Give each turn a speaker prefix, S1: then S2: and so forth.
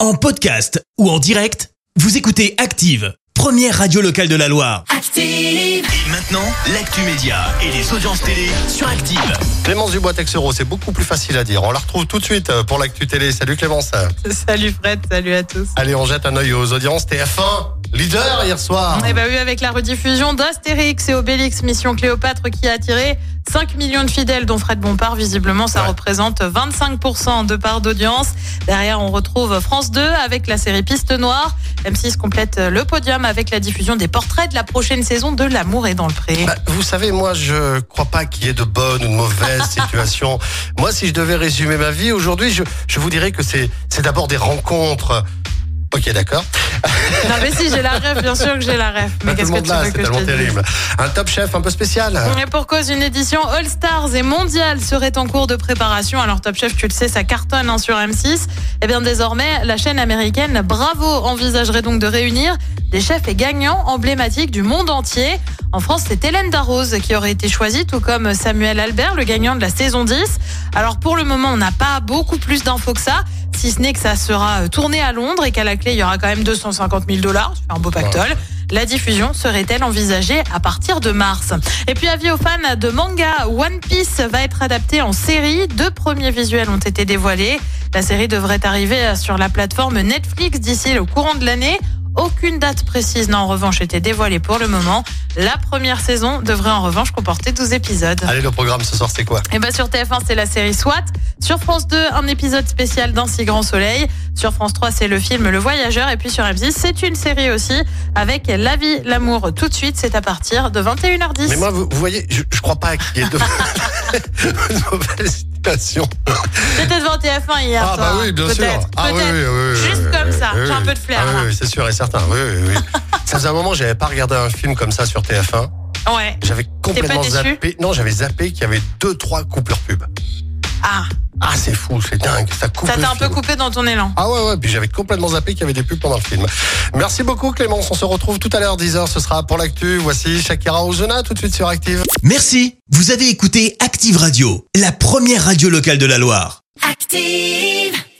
S1: En podcast ou en direct, vous écoutez Active, première radio locale de la Loire.
S2: Active,
S1: Et maintenant, l'actu média et les audiences télé sur Active.
S3: Clémence Dubois-Texero, c'est beaucoup plus facile à dire. On la retrouve tout de suite euh, pour l'actu télé. Salut Clémence.
S4: Salut Fred, salut à tous.
S3: Allez, on jette un œil aux audiences. TF1, leader hier soir.
S4: On bah oui, avec la rediffusion d'Astérix et Obélix, Mission Cléopâtre qui a attiré 5 millions de fidèles, dont Fred Bompard. Visiblement, ça
S3: Ouais.
S4: représente 25% de part d'audience. Derrière, on retrouve France 2 avec la série Piste Noire. M6 complète le podium avec la diffusion des portraits de la prochaine saison de L'amour est dans le pré.
S3: Bah, vous savez, moi, je crois pas qu'il y ait de bonnes ou de mauvaises situations. Moi, si je devais résumer ma vie aujourd'hui, je, je vous dirais que c'est, c'est d'abord des rencontres. Ok, d'accord.
S4: non, mais si, j'ai la rêve, bien sûr que j'ai la rêve. Mais
S3: Pas
S4: qu'est-ce que
S3: tout le monde
S4: tu
S3: là,
S4: veux
S3: c'est
S4: que je
S3: tellement
S4: te dise
S3: terrible. Un top chef un peu spécial.
S4: Et pour cause, une édition All Stars et mondiale serait en cours de préparation. Alors Top Chef, tu le sais, ça cartonne hein, sur M6. Et bien désormais, la chaîne américaine Bravo envisagerait donc de réunir des chefs et gagnants emblématiques du monde entier. En France, c'est Hélène Darroze qui aurait été choisie, tout comme Samuel Albert, le gagnant de la saison 10. Alors pour le moment, on n'a pas beaucoup plus d'infos que ça, si ce n'est que ça sera euh, tourné à Londres et qu'à la clé, il y aura quand même 250 000 dollars, c'est un beau pactole. La diffusion serait-elle envisagée à partir de mars Et puis avis aux fans de manga, One Piece va être adapté en série. Deux premiers visuels ont été dévoilés. La série devrait arriver sur la plateforme Netflix d'ici le courant de l'année. Aucune date précise n'a en revanche été dévoilée pour le moment. La première saison devrait en revanche comporter 12 épisodes.
S3: Allez, le programme ce soir, c'est quoi
S4: Et ben sur TF1, c'est la série SWAT. Sur France 2, un épisode spécial d'un si grand soleil. Sur France 3, c'est le film Le Voyageur. Et puis sur M6, c'est une série aussi avec La vie, l'amour tout de suite. C'est à partir de 21h10.
S3: Mais moi, vous, vous voyez, je, je crois pas qu'il y ait de, de mauvaises situations.
S4: J'étais devant TF1 hier.
S3: Ah
S4: toi, hein.
S3: bah oui, bien sûr.
S4: peut-être,
S3: Ah oui,
S4: peut-être.
S3: oui, oui, oui,
S4: Juste
S3: oui,
S4: comme
S3: oui,
S4: ça,
S3: oui,
S4: j'ai un
S3: oui.
S4: peu de flair, hein.
S3: Ah oui,
S4: là.
S3: oui, c'est sûr et certain. Oui, oui, oui. ça faisait un moment que j'avais pas regardé un film comme ça sur TF1.
S4: Ouais.
S3: J'avais complètement
S4: pas déçu
S3: zappé. Non, j'avais zappé qu'il y avait deux trois coupures pub.
S4: Ah,
S3: Ah, c'est fou, c'est dingue. Ça coupe.
S4: ça
S3: le
S4: t'a un peu
S3: film.
S4: coupé dans ton élan.
S3: Ah ouais, ouais, puis j'avais complètement zappé qu'il y avait des pubs pendant le film. Merci beaucoup Clémence, on se retrouve tout à l'heure 10h, ce sera pour l'actu. Voici Shakira Ozuna tout de suite sur Active.
S1: Merci, vous avez écouté Active Radio, la première radio locale de la Loire.
S2: active.